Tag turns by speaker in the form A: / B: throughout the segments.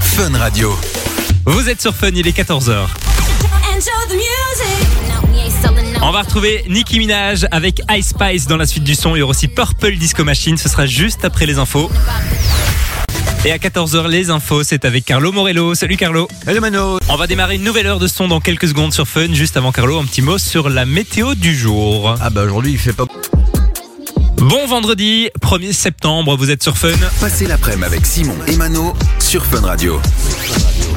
A: Fun Radio.
B: Vous êtes sur Fun, il est 14h.
C: Enjoy the music. No, we ain't selling no.
B: On va retrouver Nicki Minaj avec Ice Spice dans la suite du son. Il y aura aussi Purple Disco Machine, ce sera juste après les infos. Et à 14h, les infos, c'est avec Carlo Morello. Salut Carlo
A: Hello Mano.
B: On va démarrer une nouvelle heure de son dans quelques secondes sur Fun. Juste avant Carlo, un petit mot sur la météo du jour.
A: Ah bah aujourd'hui il fait pas.
B: Bon vendredi, 1er septembre, vous êtes sur Fun.
A: Passez l'après-midi avec Simon et Mano sur Fun Radio.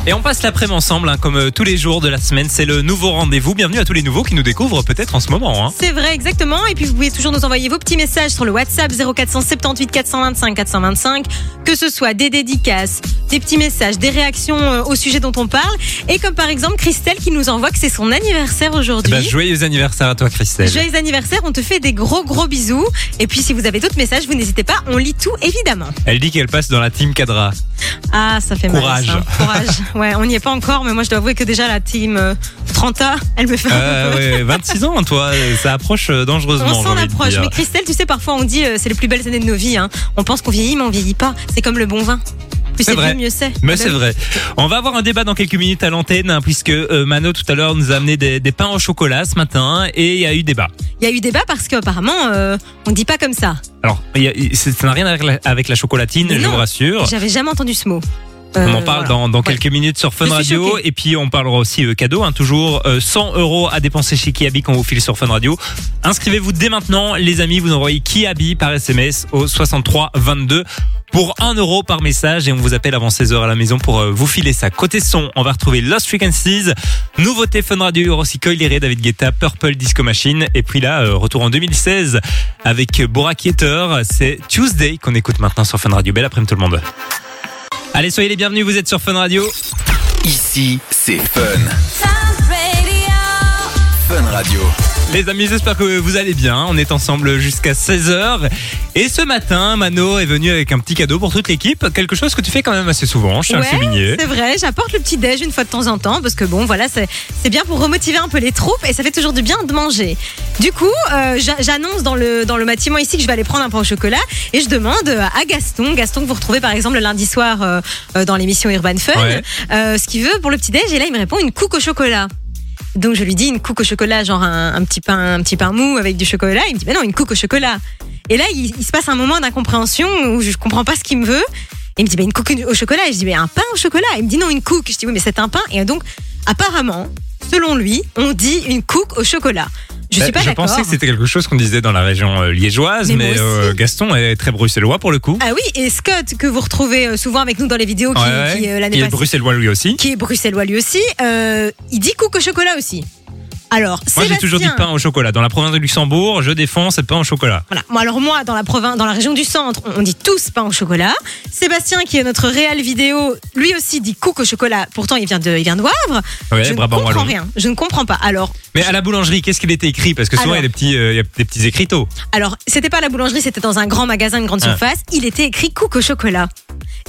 B: Et on passe l'après-midi ensemble, hein, comme euh, tous les jours de la semaine. C'est le nouveau rendez-vous. Bienvenue à tous les nouveaux qui nous découvrent peut-être en ce moment. hein.
D: C'est vrai, exactement. Et puis vous pouvez toujours nous envoyer vos petits messages sur le WhatsApp 0478 425 425, que ce soit des dédicaces, des petits messages, des réactions euh, au sujet dont on parle. Et comme par exemple Christelle qui nous envoie que c'est son anniversaire
B: Eh
D: aujourd'hui.
B: ben, joyeux anniversaire à toi Christelle.
D: Joyeux anniversaire, on te fait des gros gros bisous. Et puis si vous avez d'autres messages, vous n'hésitez pas, on lit tout évidemment.
B: Elle dit qu'elle passe dans la team Cadra.
D: Ah, ça fait
B: Courage.
D: mal. ça. Courage. Ouais, on n'y est pas encore, mais moi je dois avouer que déjà la team euh, 30 ans, elle me fait un
B: Euh, ouais, 26 ans, toi, euh, ça approche euh, dangereusement.
D: On
B: j'ai
D: s'en
B: envie de
D: approche.
B: dire.
D: Mais Christelle, tu sais, parfois on dit euh, c'est les plus belles années de nos vies. hein. On pense qu'on vieillit, mais on vieillit pas. C'est comme le bon vin.
B: C'est
D: Plus c'est
B: vrai.
D: vieux, mieux c'est.
B: Mais c'est vrai. On va avoir un débat dans quelques minutes à l'antenne, hein, puisque euh, Mano tout à l'heure nous a amené des, des pains au chocolat ce matin, et il y a eu débat.
D: Il y a eu débat parce qu'apparemment, euh, on dit pas comme ça.
B: Alors, il y a- il- c'est- ça n'a rien à voir avec la- avec la chocolatine,
D: Mais
B: je
D: non.
B: vous rassure.
D: J'avais jamais entendu ce mot. Euh,
B: On en parle
D: voilà.
B: dans, dans
D: Ouais.
B: quelques minutes sur Fun
D: Je suis
B: Radio.
D: choquée.
B: Et puis, on parlera aussi euh, cadeau. hein, toujours euh, 100 euros à dépenser chez Kiabi qu'on vous file sur Fun Radio. Inscrivez-vous dès maintenant, les amis. Vous envoyez Kiabi par SMS au 63 22 pour 1 euro par message. Et on vous appelle avant 16h à la maison pour euh, vous filer ça. Côté son, on va retrouver Lost Frequencies. Nouveauté Fun Radio, il y aura aussi Coil Ray, David Guetta, Purple Disco Machine. Et puis là, euh, retour en 2016 avec Borak Yeter. C'est Tuesday qu'on écoute maintenant sur Fun Radio. Belle après-midi tout le monde. Allez, soyez les bienvenus, vous êtes sur Fun Radio.
A: Ici, c'est Fun.
C: Fun radio.
A: Fun Radio.
B: Les amis, j'espère que vous allez bien. On est ensemble jusqu'à 16h. Et ce matin, Mano est venu avec un petit cadeau pour toute l'équipe. Quelque chose que tu fais quand même assez souvent, je tiens à hein, le
D: Ouais,
B: souligner.
D: C'est vrai, j'apporte le petit déj une fois de temps en temps parce que bon, voilà, c'est c'est bien pour remotiver un peu les troupes et ça fait toujours du bien de manger. Du coup, euh, j'a- j'annonce dans le, dans le bâtiment ici que je vais aller prendre un pain au chocolat et je demande euh, à Gaston, Gaston que vous retrouvez par exemple le lundi soir euh, euh, dans l'émission Urban Fun,
B: Ouais.
D: euh, ce qu'il veut pour le petit déj et là il me répond une couque au chocolat. Donc je lui dis une couque au chocolat, genre un, un petit pain, un petit pain mou avec du chocolat. Il me dit mais non une couque au chocolat. Et là il, il se passe un moment d'incompréhension où je comprends pas ce qu'il me veut. Il me dit mais une couque au chocolat. Et je dis mais un pain au chocolat. Il me dit non une couque. Je dis oui mais c'est un pain. Et donc apparemment selon lui on dit une couque au chocolat. Je
B: Bah,
D: suis pas d'accord.
B: pensais que c'était quelque chose qu'on disait dans la région euh, liégeoise,
D: Mais
B: mais,
D: moi
B: euh,
D: aussi.
B: Gaston est très bruxellois pour le coup.
D: Ah oui et Scott que vous retrouvez euh, souvent avec nous dans les vidéos qui,
B: Ouais,
D: qui, euh,
B: ouais.
D: l'année
B: Il est
D: passée-
B: bruxellois lui aussi.
D: qui est bruxellois lui aussi. euh, il dit couque au chocolat aussi. Alors
B: Moi, j'ai
D: Sébastien-
B: toujours dit pain au chocolat. Dans la province de Luxembourg, je défends c'est pain au chocolat.
D: Voilà. Moi, alors moi, dans la province, dans la région du centre, on on dit tous pain au chocolat. Sébastien, qui est notre réel vidéo, lui aussi dit couc au chocolat. Pourtant, il vient de, il vient de Wavre.
B: Ouais,
D: je ne
B: Brabant
D: comprends
B: wallon.
D: rien. Je ne comprends pas. Alors,
B: Mais à la boulangerie, qu'est-ce qu'il était écrit Parce que souvent, il y a
D: Alors.
B: des petits, euh, il y a des petits écriteaux.
D: alors, c'était pas à la boulangerie, c'était dans un grand magasin, une grande
B: Ah.
D: surface. Il était écrit couc au chocolat.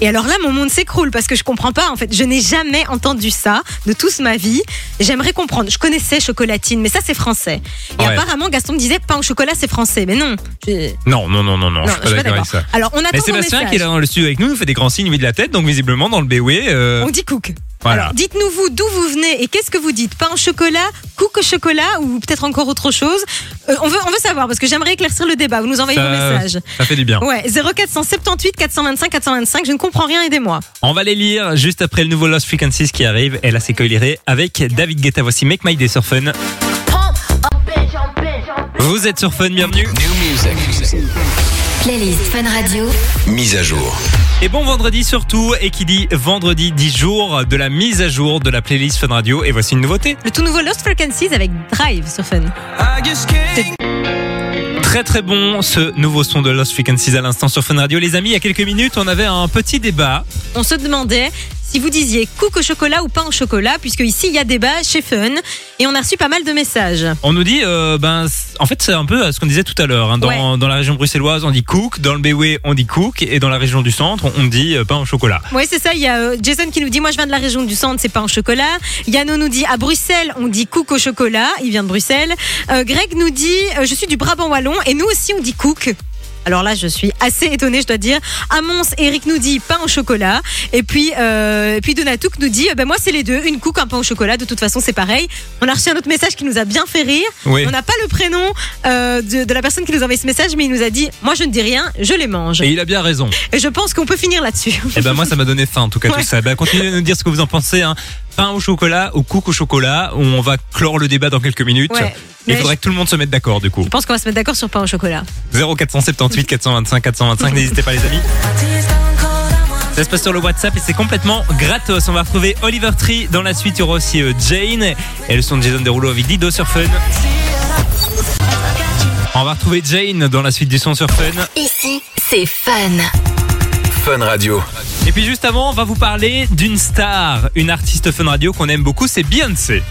D: Et alors là, mon monde s'écroule parce que je comprends pas. En fait, je n'ai jamais entendu ça de toute ma vie. J'aimerais comprendre. Je connaissais chocolatine, mais ça c'est français. Et
B: Ouais.
D: apparemment, Gaston me disait pain au chocolat c'est français, mais non. Je-
B: Non, non, non, non, non, je
D: non,
B: suis pas d'accord avec ça.
D: Alors, on attend
B: Mais
D: vos
B: Sébastien qui est
D: messages.
B: là dans le studio avec nous nous fait des grands signes oui de la tête, donc visiblement dans le BW. euh,
D: On dit cook.
B: Voilà.
D: Alors, dites-nous vous d'où vous venez et qu'est-ce que vous dites Pain au chocolat, cook au chocolat ou peut-être encore autre chose Euh, on, veut, on veut savoir parce que j'aimerais éclaircir le débat. Vous nous envoyez vos
B: ça,
D: messages.
B: ça fait du bien.
D: Ouais, 0478 425 425, je ne comprends rien, aidez-moi.
B: On va les lire juste après le nouveau Lost Frequencies qui arrive. Et là, c'est Coiliré avec David Guetta. Voici Make My Day sur Fun. Vous êtes sur Fun, bienvenue.
A: New music.
E: Playlist Fun Radio.
A: Mise à jour.
B: Et bon vendredi surtout. Et qui dit vendredi 10 jours de la mise à jour de la playlist Fun Radio. Et voici une nouveauté.
D: Le tout nouveau Lost Frequencies avec Drive sur Fun.
B: Très très bon ce nouveau son de Lost Frequencies à l'instant sur Fun Radio. Les amis, il y a quelques minutes, on avait un petit débat.
D: On se demandait si vous disiez cook au chocolat ou pain au chocolat, puisque ici il y a débat chez Fun et on a reçu pas mal de messages.
B: On nous dit, euh, ben, c- en fait, c'est un peu euh, ce qu'on disait tout à l'heure. hein. Dans, dans la région bruxelloise, on dit cook. Dans le Béoué, on dit cook. Et dans la région du centre, on dit euh, pain au chocolat.
D: Oui, c'est ça. Il y a euh, Jason qui nous dit Moi, je viens de la région du centre, c'est pas en chocolat. Yano nous dit À Bruxelles, on dit cook au chocolat. Il vient de Bruxelles. Euh, Greg nous dit euh, Je suis du Brabant Wallon et nous aussi, on dit cook. Alors là, je suis assez étonnée, je dois dire. Amons, Eric nous dit pain au chocolat. Et puis, euh, et puis Donatouk nous dit, eh ben moi c'est les deux, une coupe, un pain au chocolat. De toute façon, c'est pareil. On a reçu un autre message qui nous a bien fait rire.
B: Oui.
D: On n'a pas le prénom euh, de, de la personne qui nous a envoyé ce message, mais il nous a dit, moi je ne dis rien, je les mange.
B: Et
D: Et,
B: il a bien raison.
D: je pense qu'on peut finir là-dessus.
B: Et ben moi ça m'a donné faim en tout cas
D: Ouais.
B: tout ça. Ben, continuez de nous dire ce que vous en pensez. Hein. Pain au chocolat ou coupe au chocolat. On va clore le débat dans quelques minutes.
D: Ouais.
B: Il
D: Mais
B: faudrait que tout le monde se mette d'accord du coup.
D: Je pense qu'on va se mettre d'accord sur pain au chocolat.
B: 0478 425 425, n'hésitez pas les amis. Ça se passe sur le WhatsApp et c'est complètement gratos. On va retrouver Oliver Tree dans la suite. Il y aura aussi euh, Jane et le son de Jason Derulo avec Dido sur Fun. On va retrouver Jane dans la suite du son sur Fun.
E: Ici, c'est fun.
A: Fun Radio.
B: Et puis juste avant, on va vous parler d'une star, une artiste Fun Radio qu'on aime beaucoup, c'est Beyoncé.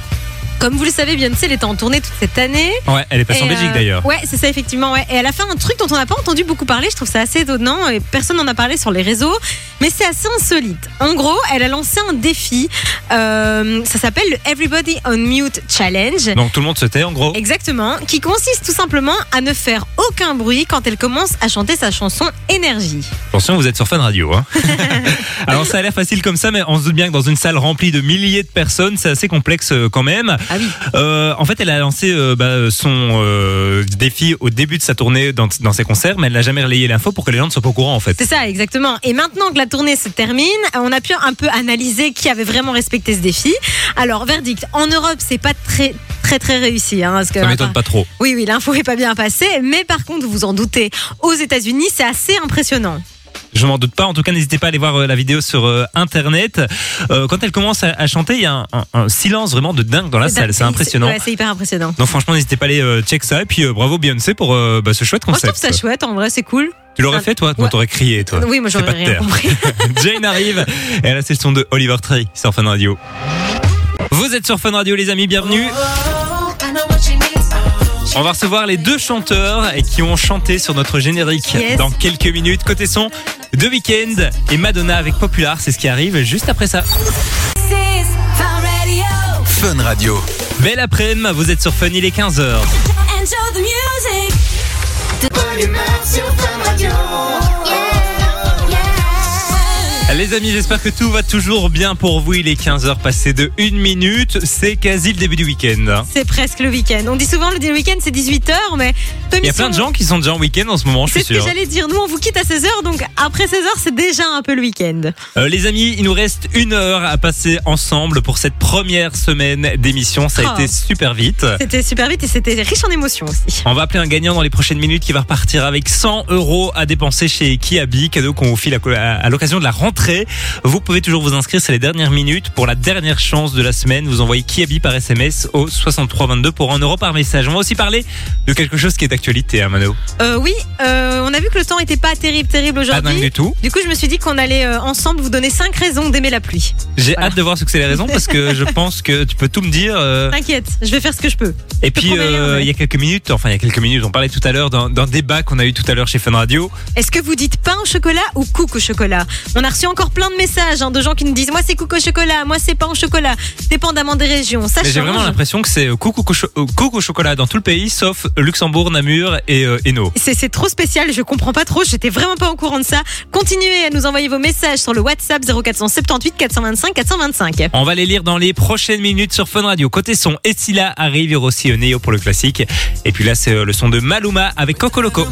D: Comme vous le savez, Beyoncé, elle était en tournée toute cette année.
B: Ouais, elle est passée en
D: Et,
B: Belgique
D: euh,
B: d'ailleurs.
D: Ouais, c'est ça effectivement. Ouais. Et elle a fait un truc dont on n'a pas entendu beaucoup parler. Je trouve ça assez étonnant. Et personne n'en a parlé sur les réseaux, mais c'est assez insolite. En gros, elle a lancé un défi. euh, ça s'appelle le Everybody on Mute Challenge.
B: Donc tout le monde se tait en gros.
D: Exactement, qui consiste tout simplement à ne faire aucun bruit quand elle commence à chanter sa chanson Énergie.
B: Attention, vous êtes sur Fun Radio. hein. Alors ça a l'air facile comme ça, mais on se doute bien que dans une salle remplie de milliers de personnes, c'est assez complexe euh, quand même.
D: Ah oui.
B: Euh, en fait, elle a lancé euh, bah, son euh, défi au début de sa tournée dans, dans ses concerts, mais elle n'a jamais relayé l'info pour que les gens ne soient pas au courant en fait.
D: C'est ça, exactement. Et maintenant que la tournée se termine, euh, on a pu un peu analyser qui avait vraiment respecté ce défi. Alors, verdict, en Europe, c'est pas très, très, très réussi. Hein, parce que,
B: Ça m'étonne pas trop.
D: Oui, oui, l'info est pas bien passée. Mais par contre, vous vous en doutez, aux États-Unis, c'est assez impressionnant.
B: Je m'en doute pas. En tout cas, n'hésitez pas à aller voir euh, la vidéo sur euh, internet. Euh, quand elle commence à, à chanter, il y a un, un- un silence vraiment de dingue dans la salle. Ah, C'est impressionnant.
D: Ouais, c'est hyper impressionnant.
B: Donc franchement, n'hésitez pas à aller euh, check ça. Et puis euh, bravo Beyoncé pour euh, bah, ce chouette
D: Moi, je
B: concept.
D: trouve ça chouette, en vrai, c'est cool.
B: tu l'aurais fait toi Non,
D: Ouais.
B: t'aurais crié toi.
D: Oui, moi,
B: C'est
D: j'aurais
B: pas de
D: rien
B: terre.
D: compris.
B: Jane arrive. Et là, c'est le son de Oliver Tree sur Fun Radio. Vous êtes sur Fun Radio, les amis. Bienvenue. On va recevoir les deux chanteurs et qui ont chanté sur notre générique
D: Yes.
B: dans quelques minutes. Côté son, The Weeknd et Madonna avec Popular. C'est ce qui arrive juste après ça.
A: Fun Radio.
B: Belle après-midi, vous êtes sur Fun, il est 15h.
C: Enjoy the music.
B: Les amis, j'espère que tout va toujours bien pour vous. Il est 15h passé de 1 minute. C'est quasi le début du week-end.
D: C'est presque le week-end. On dit souvent le week-end, c'est 18h, mais Tom,
B: Il y a
D: ils
B: plein de
D: sont-
B: gens qui sont déjà en week-end en ce moment, je
D: C'est
B: suis
D: ce que
B: sûr.
D: j'allais dire. Nous, on vous quitte à 16h, donc après 16h, c'est déjà un peu le week-end.
B: Euh, les amis, il nous reste une heure à passer ensemble pour cette première semaine d'émission. Ça a
D: Oh.
B: été super vite.
D: C'était super vite et c'était riche en émotions aussi.
B: On va appeler un gagnant dans les prochaines minutes qui va repartir avec 100 euros à dépenser chez Kiabi, cadeau qu'on vous file à- à à l'occasion de la rentrée. Vous pouvez toujours vous inscrire, c'est les dernières minutes pour la dernière chance de la semaine. Vous envoyez Kiabi par SMS au 6322 pour 1 euro par message. On va aussi parler de quelque chose qui est d'actualité, hein, Mano.
D: Euh, oui, euh, on a vu que le temps était pas terrible, terrible
B: Pas Ah, dingue
D: aujourd'hui.
B: du tout.
D: Du coup, je me suis dit qu'on allait euh, ensemble vous donner 5 raisons d'aimer la pluie.
B: J'ai
D: Voilà.
B: hâte de voir ce que c'est les raisons parce que je pense que tu peux tout me dire. euh,
D: T'inquiète, je vais faire ce que je peux.
B: Et
D: te
B: puis,
D: promets rien,
B: euh,
D: mais-
B: il y a quelques minutes, enfin, il y a quelques minutes, on parlait tout à l'heure d'un d'un débat qu'on a eu tout à l'heure chez Fun Radio.
D: Est-ce que vous dites pain au chocolat ou couc au chocolat On a reçu encore plein de messages hein, de gens qui nous disent moi c'est couc au chocolat, moi c'est pain au chocolat, dépendamment des régions. Ça
B: Mais j'ai
D: change.
B: vraiment l'impression que c'est euh, coucou, cocho- euh, coucou chocolat dans tout le pays, sauf Luxembourg, Namur et euh, Hainaut.
D: C'est c'est trop spécial, je comprends pas trop, j'étais vraiment pas au courant de ça. Continuez à nous envoyer vos messages sur le WhatsApp 0478 425 425.
B: On va les lire dans les prochaines minutes sur Fun Radio. Côté son, Essila arrive, il y aura aussi euh, Neo pour le classique. Et puis là, c'est euh, le son de Maluma avec Coco Loco.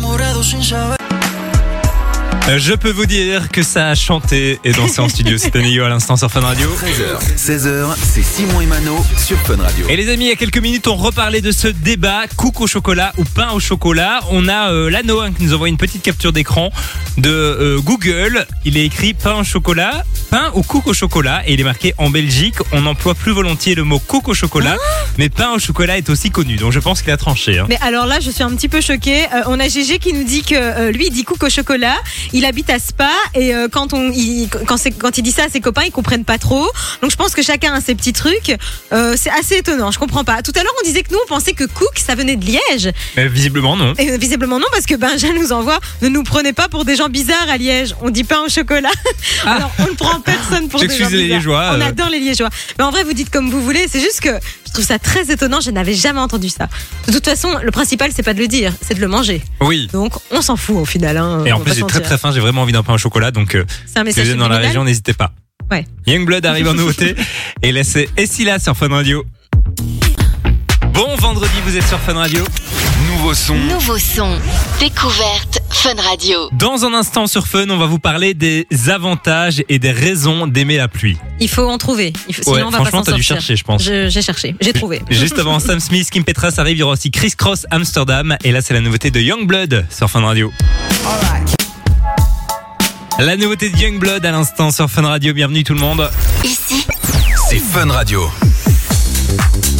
B: Euh, Je peux vous dire que ça a chanté et dansé en studio. C'était Neo à l'instant sur Fun Radio.
A: 13h, 16h, c'est Simon et Mano sur Fun Radio.
B: Et les amis, il y a quelques minutes, on reparlait de ce débat coucou au chocolat ou pain au chocolat. On a euh, Lano hein, qui nous envoie une petite capture d'écran de euh, Google. Il est écrit pain au chocolat, pain ou coucou au chocolat. Et il est marqué en Belgique, on emploie plus volontiers le mot coucou au chocolat,
D: Ah
B: mais pain au chocolat est aussi connu. Donc je pense qu'il a tranché. hein.
D: Mais alors là, je suis un petit peu choquée. Euh, on a Gégé qui nous dit que euh, lui, il dit couc au chocolat. Il habite à Spa et euh, quand, on, il, quand, c'est- quand il dit ça à ses copains, ils comprennent pas trop. Donc je pense que chacun a ses petits trucs. Euh, c'est assez étonnant, je comprends pas. Tout à l'heure, on disait que nous, on pensait que cook, ça venait de Liège.
B: Mais visiblement non.
D: Et euh, visiblement non, parce que Benja nous envoie ne nous prenez pas pour des gens bizarres à Liège. On dit pain au chocolat. Alors on ne prend défend personne pour des
B: Ah. J'excuse
D: gens
B: les
D: bizarres.
B: Liégeois,
D: On
B: euh.
D: adore les Liégeois. Mais en vrai, vous dites comme vous voulez. C'est juste que je trouve ça très étonnant. Je n'avais jamais entendu ça. De toute façon, le principal, c'est pas de le dire, c'est de le manger.
B: Oui.
D: Donc, on s'en fout au final. hein.
B: Et en
D: On va
B: plus,
D: pas
B: j'ai
D: se
B: très
D: mentir.
B: très faim, j'ai vraiment envie d'un pain au chocolat, donc euh,
D: C'est
B: si
D: un
B: vous
D: message
B: êtes dans la
D: subliminal.
B: région, n'hésitez pas.
D: Ouais.
B: Youngblood arrive en nouveauté et laissez Essila sur Fun Radio. Bon vendredi, vous êtes sur Fun Radio.
A: Nouveau son.
E: Nouveau son. Découverte Fun Radio.
B: Dans un instant sur Fun, on va vous parler des avantages et des raisons d'aimer la pluie.
D: Il faut en trouver. Il faut-
B: Ouais,
D: sinon, on va pas
B: franchement,
D: s'en
B: t'as dû
D: sortir.
B: chercher, je pense.
D: Je- J'ai cherché, j'ai trouvé.
B: Juste avant Sam Smith, Kim Petras arrive, il y aura aussi Chris Cross Amsterdam. Et là, c'est la nouveauté de Youngblood sur Fun Radio. La nouveauté de Youngblood à l'instant sur Fun Radio. Bienvenue tout le monde.
E: Ici,
A: C'est Fun Radio.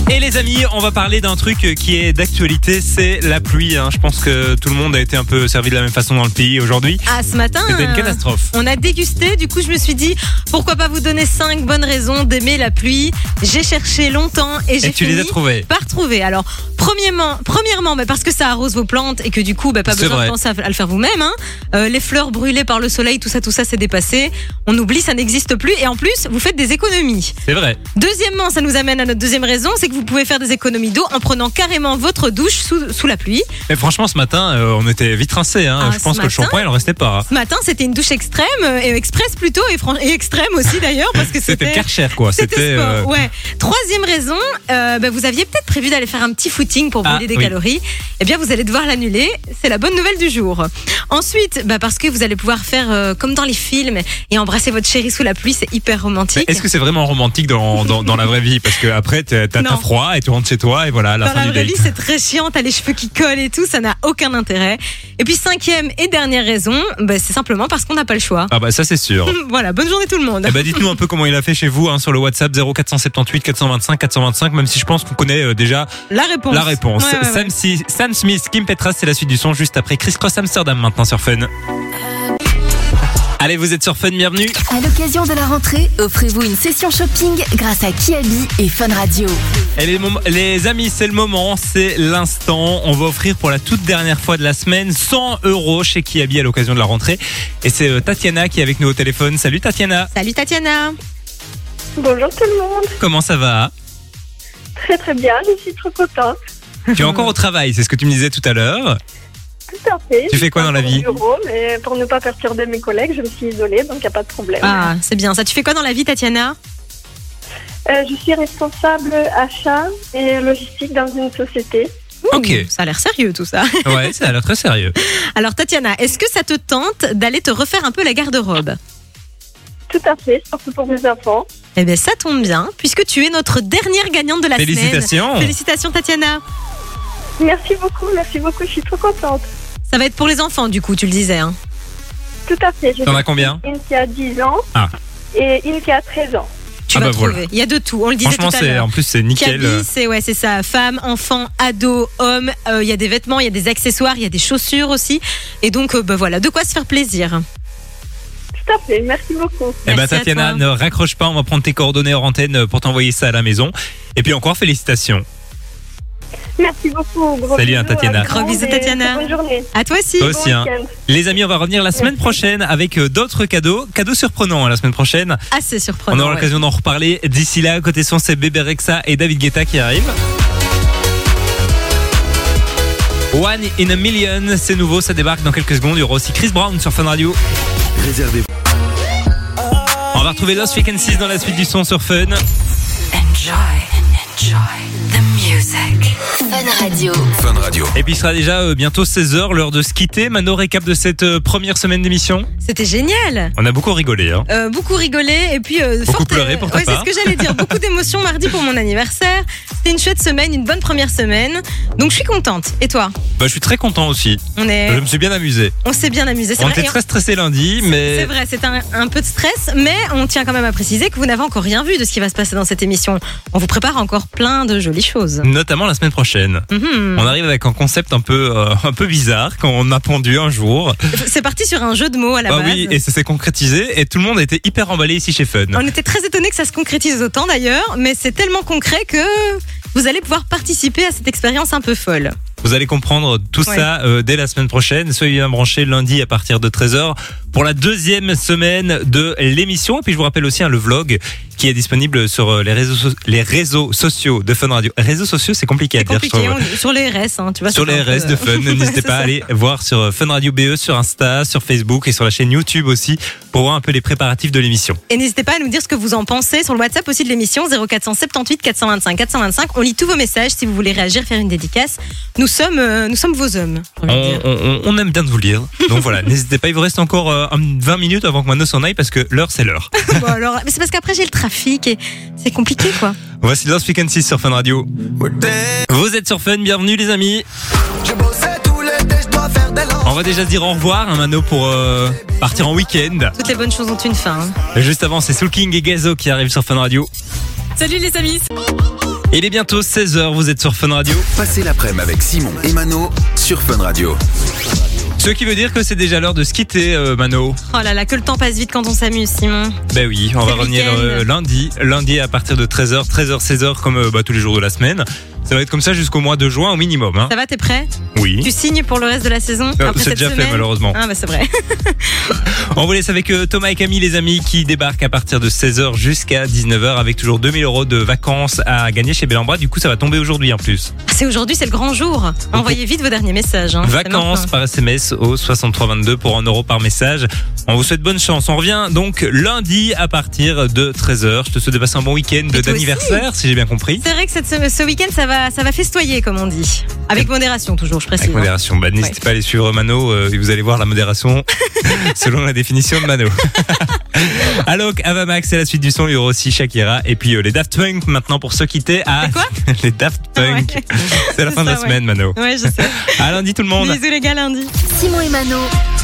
B: Et les amis, on va parler d'un truc qui est d'actualité, c'est la pluie. hein. Je pense que tout le monde a été un peu servi de la même façon dans le pays aujourd'hui.
D: Ah, ce matin.
B: C'était une
D: euh,
B: catastrophe.
D: On a dégusté, du coup je me suis dit pourquoi pas vous donner cinq bonnes raisons d'aimer la pluie. J'ai cherché longtemps et j'ai
B: Et tu
D: fini
B: les as trouvés.
D: par trouver. Alors premièrement, premièrement bah, parce que ça arrose vos plantes et que du coup bah, pas
B: C'est
D: besoin
B: vrai.
D: de penser à, à le faire vous-même. hein. Euh, les fleurs brûlées par le soleil, tout ça, tout ça c'est dépassé. On oublie, ça n'existe plus et en plus vous faites des économies.
B: C'est vrai.
D: Deuxièmement, ça nous amène à notre deuxième raison, c'est que vous pouvez faire des économies d'eau en prenant carrément votre douche sous, sous la pluie.
B: Mais franchement, ce matin, euh, on était vite rincés. hein.
D: Ah,
B: Je pense
D: ce
B: que le
D: matin
B: shampoing, il en restait pas. hein.
D: Ce matin c'était une douche extrême, euh, et express plutôt et, fran- et extrême aussi d'ailleurs parce que
B: C'était Karcher, quoi.
D: C'était sport,
B: euh,
D: ouais. Troisième raison, euh, bah, vous aviez peut-être prévu d'aller faire un petit footing pour
B: Ah,
D: brûler des
B: oui.
D: calories. Eh bien, vous allez devoir l'annuler. C'est la bonne nouvelle du jour. Ensuite, bah, parce que vous allez pouvoir faire euh, comme dans les films et embrasser votre chérie sous la pluie, c'est hyper
B: Mais
D: romantique.
B: Est-ce que c'est vraiment romantique dans, dans, dans la vraie vie Parce que après, t'as t'as-
D: Non.
B: t'as froid et tu rentres chez toi et voilà, la
D: dans
B: fin
D: la
B: du
D: vraie
B: date.
D: vie, c'est très chiant, t'as les cheveux qui collent et tout, ça n'a aucun intérêt. Et puis cinquième et dernière raison, bah, c'est simplement parce qu'on n'a pas le choix.
B: Ah bah ça, c'est sûr.
D: Voilà, bonne journée tout le monde.
B: Eh ben, dites-nous un peu comment il a fait chez vous hein, sur le WhatsApp 0478 425 425, même si je pense qu'on connaît euh, déjà
D: La réponse.
B: la réponse.
D: Ouais, ouais, ouais.
B: Sam, Si- Sam Smith, Kim Petras, c'est la suite du son juste après Chris Cross Amsterdam maintenant sur Fun. Allez, vous êtes sur Fun, bienvenue.
E: à l'occasion de la rentrée, offrez-vous une session shopping grâce à Kiabi et Fun Radio.
B: Et les, mom- les amis, c'est le moment, c'est l'instant. On va offrir pour la toute dernière fois de la semaine 100 euros chez Kiabi à l'occasion de la rentrée. Et c'est euh, Tatiana qui est avec nous au téléphone. Salut Tatiana,
D: Salut Tatiana.
F: Bonjour tout le monde,
B: comment ça va
F: très très bien, je suis trop contente.
B: Tu es encore au travail, c'est ce que tu me disais tout à l'heure.
F: Tout à fait.
B: Tu fais quoi dans la
F: Je suis
B: vie
F: au bureau, mais pour ne pas perturber mes collègues, je me suis isolée, donc il n'y a pas de problème.
D: Ah, c'est bien. Ça, tu fais quoi dans la vie, Tatiana
F: Euh, je suis responsable achat et logistique dans une société.
D: Ouh,
B: Ok.
D: Ça a l'air sérieux tout ça.
B: Ouais, ça a l'air très sérieux.
D: Alors Tatiana, est-ce que ça te tente d'aller te refaire un peu la garde-robe
F: Tout à fait, surtout pour mes enfants.
D: Eh bien ça tombe bien, puisque tu es notre dernière gagnante de la semaine.
B: Félicitations.
D: Félicitations Tatiana.
F: Merci beaucoup, merci beaucoup, je suis trop contente.
D: Ça va être pour les enfants du coup, tu le disais. hein.
F: Tout à fait. J'ai
B: T'en as combien
F: une qui a 10 ans
B: Ah.
F: et une qui a 13 ans.
D: Tu
B: Ah
D: vas
B: bah voilà.
D: trouver. Il y a de tout, on le disait
B: Franchement,
D: tout à
B: c'est
D: l'heure.
B: en plus c'est nickel. euh,
D: Kaby, c'est ouais, c'est ça. Femme, enfant, ado, homme. Euh, Il y a des vêtements, il y a des accessoires, il y a des chaussures aussi. Et donc, euh, bah voilà, de quoi se faire plaisir.
F: Tout à fait, merci beaucoup.
B: Eh ben
D: Merci à
B: Tatiana,
D: toi.
B: ne raccroche pas, on va prendre tes coordonnées hors antenne euh, pour t'envoyer ça à la maison. Et puis encore félicitations.
F: Merci beaucoup. Gros
B: Salut, hein,
F: bisous à
B: Tatiana.
F: tout le
D: Gros bisous,
F: monde et
D: Tatiana.
F: Bonne journée.
D: À toi aussi.
B: Toi aussi,
F: Bon
B: hein.
F: week-end.
B: Les amis, on va revenir la semaine prochaine avec euh, d'autres cadeaux, cadeaux surprenants hein, la semaine prochaine.
D: Assez
B: on
D: surprenant.
B: aura
D: Oh ouais.
B: l'occasion d'en reparler. D'ici là, côté son, c'est Bébé Rexa et David Guetta qui arrivent. One in a Million, c'est nouveau, ça débarque dans quelques secondes. Il y aura aussi Chris Brown sur Fun Radio.
A: Réservez
B: On va retrouver Lost Weekend 6 dans la suite du son sur Fun.
E: Enjoy, enjoy the music. Fun Radio.
A: Fun Radio.
B: Et puis il sera déjà euh, bientôt 16h, l'heure de se quitter. Mano, récap de cette euh, première semaine d'émission.
D: C'était génial.
B: On a beaucoup rigolé. Hein.
D: Euh, beaucoup rigolé et puis euh,
B: Beaucoup
D: fort-
B: pleuré pour ta
D: ouais, c'est
B: part.
D: ce que j'allais dire beaucoup d'émotions mardi pour mon anniversaire c'était une chouette semaine une bonne première semaine donc je suis contente et toi
B: Bah, je suis très content aussi.
D: on
B: Je
D: est
B: me suis bien amusé.
D: on s'est bien amusé c'est
B: Euh, On
D: vrai
B: était
D: et-
B: très stressé lundi,
D: c'est
B: mais
D: vrai, c'est un, un peu de stress, mais on tient quand même à préciser que vous n'avez encore rien vu de ce qui va se passer dans cette émission. On vous prépare encore plein de jolies choses.
B: notamment la semaine prochaine.
D: Mhm.
B: Mm. On arrive avec un concept un peu, euh, un peu bizarre qu'on a pendu un jour.
D: C'est parti sur un jeu de mots à la
B: Ah
D: base.
B: oui, et ça s'est concrétisé et tout le monde a été hyper emballé ici chez Fun.
D: On était très étonnés que ça se concrétise autant d'ailleurs, mais c'est tellement concret que vous allez pouvoir participer à cette expérience un peu folle.
B: Vous allez comprendre tout
D: Ouais.
B: ça euh, dès la semaine prochaine. Soyez bien branchés lundi à partir de 13h pour la deuxième semaine de l'émission. Et puis je vous rappelle aussi hein, le vlog qui est disponible sur euh, les réseaux, so- les réseaux sociaux de Fun Radio. Réseaux sociaux, c'est compliqué à
D: C'est
B: dire. je
D: compliqué.
B: trouve.
D: on- sur les RS, hein, tu vois.
B: Sur
D: c'est
B: les
D: un peu-
B: RS de Fun, n'hésitez
D: C'est
B: pas à
D: ça.
B: aller voir sur euh, Fun Radio BE, sur Insta, sur Facebook et sur la chaîne YouTube aussi pour voir un peu les préparatifs de l'émission.
D: Et n'hésitez pas à nous dire ce que vous en pensez sur le WhatsApp aussi de l'émission 0478 425 425. On lit tous vos messages si vous voulez réagir, faire une dédicace. Nous sommes, euh, nous sommes vos hommes. j'ai envie de
B: On,
D: dire.
B: on- on aime bien de vous lire. Donc voilà, n'hésitez pas. Il vous reste encore euh, un- 20 minutes avant que Mano s'en aille parce que l'heure, c'est l'heure.
D: Bon, alors, mais c'est parce qu'après j'ai le trafic et c'est compliqué quoi.
B: Voici Lost Frequencies sur Fun Radio. Vous êtes sur Fun, bienvenue les amis. On va déjà se dire au revoir, hein, Mano, pour euh, partir en week-end.
D: Toutes les bonnes choses ont une fin. hein.
B: Juste avant, c'est Soul King et Gazo qui arrivent sur Fun Radio.
D: Salut les amis.
B: Il est bientôt 16h, vous êtes sur Fun Radio.
A: Passez l'après-midi avec Simon et Mano sur Fun Radio.
B: Ce qui veut dire que c'est déjà l'heure de se quitter, euh, Mano.
D: Oh là là, que le temps passe vite quand on s'amuse, Simon.
B: Ben oui, on
D: C'est
B: va
D: le
B: revenir
D: week-end.
B: euh, lundi. Lundi à partir de 13h, 13h, 16h, comme euh, bah, tous les jours de la semaine. Ça va être comme ça jusqu'au mois de juin au minimum. Hein.
D: Ça va, t'es prêt
B: Oui.
D: Tu signes pour le reste de la saison
B: Euh,
D: après
B: C'est
D: cette
B: déjà
D: semaine
B: fait malheureusement.
D: Ah bah c'est vrai.
B: On vous laisse avec euh, Thomas et Camille les amis qui débarquent à partir de 16h jusqu'à 19h avec toujours 2000 euros de vacances à gagner chez Bellambra. Du coup ça va tomber aujourd'hui en plus.
D: C'est aujourd'hui, c'est le grand jour. Envoyez vite vos derniers messages. hein. C'est
B: vacances
D: maintenant.
B: par SMS au 6322 pour 1 euro par message. On vous souhaite bonne chance. On revient donc lundi à partir de 13h. Je te souhaite de passer un bon week-end
D: toi
B: d'anniversaire si j'ai bien compris.
D: C'est vrai que cette semaine- ce week-end, ça va, ça va festoyer, comme on dit. Avec modération, toujours, je précise.
B: Avec modération. Bah, N'hésitez
D: Ouais.
B: pas à aller suivre Mano euh, et vous allez voir la modération selon la définition de Mano. Alok, Avamax, c'est la suite du son. Il y aura aussi Shakira et puis euh, les Daft Punk maintenant pour se quitter à.
D: C'est quoi Ah
B: Les Daft Punk.
D: Ouais.
B: C'est la
D: C'est
B: fin de la
D: ça, ouais.
B: semaine, Mano.
D: Ouais, je sais.
B: À lundi tout le monde.
D: Bisous les gars, lundi.
E: Simon et Mano.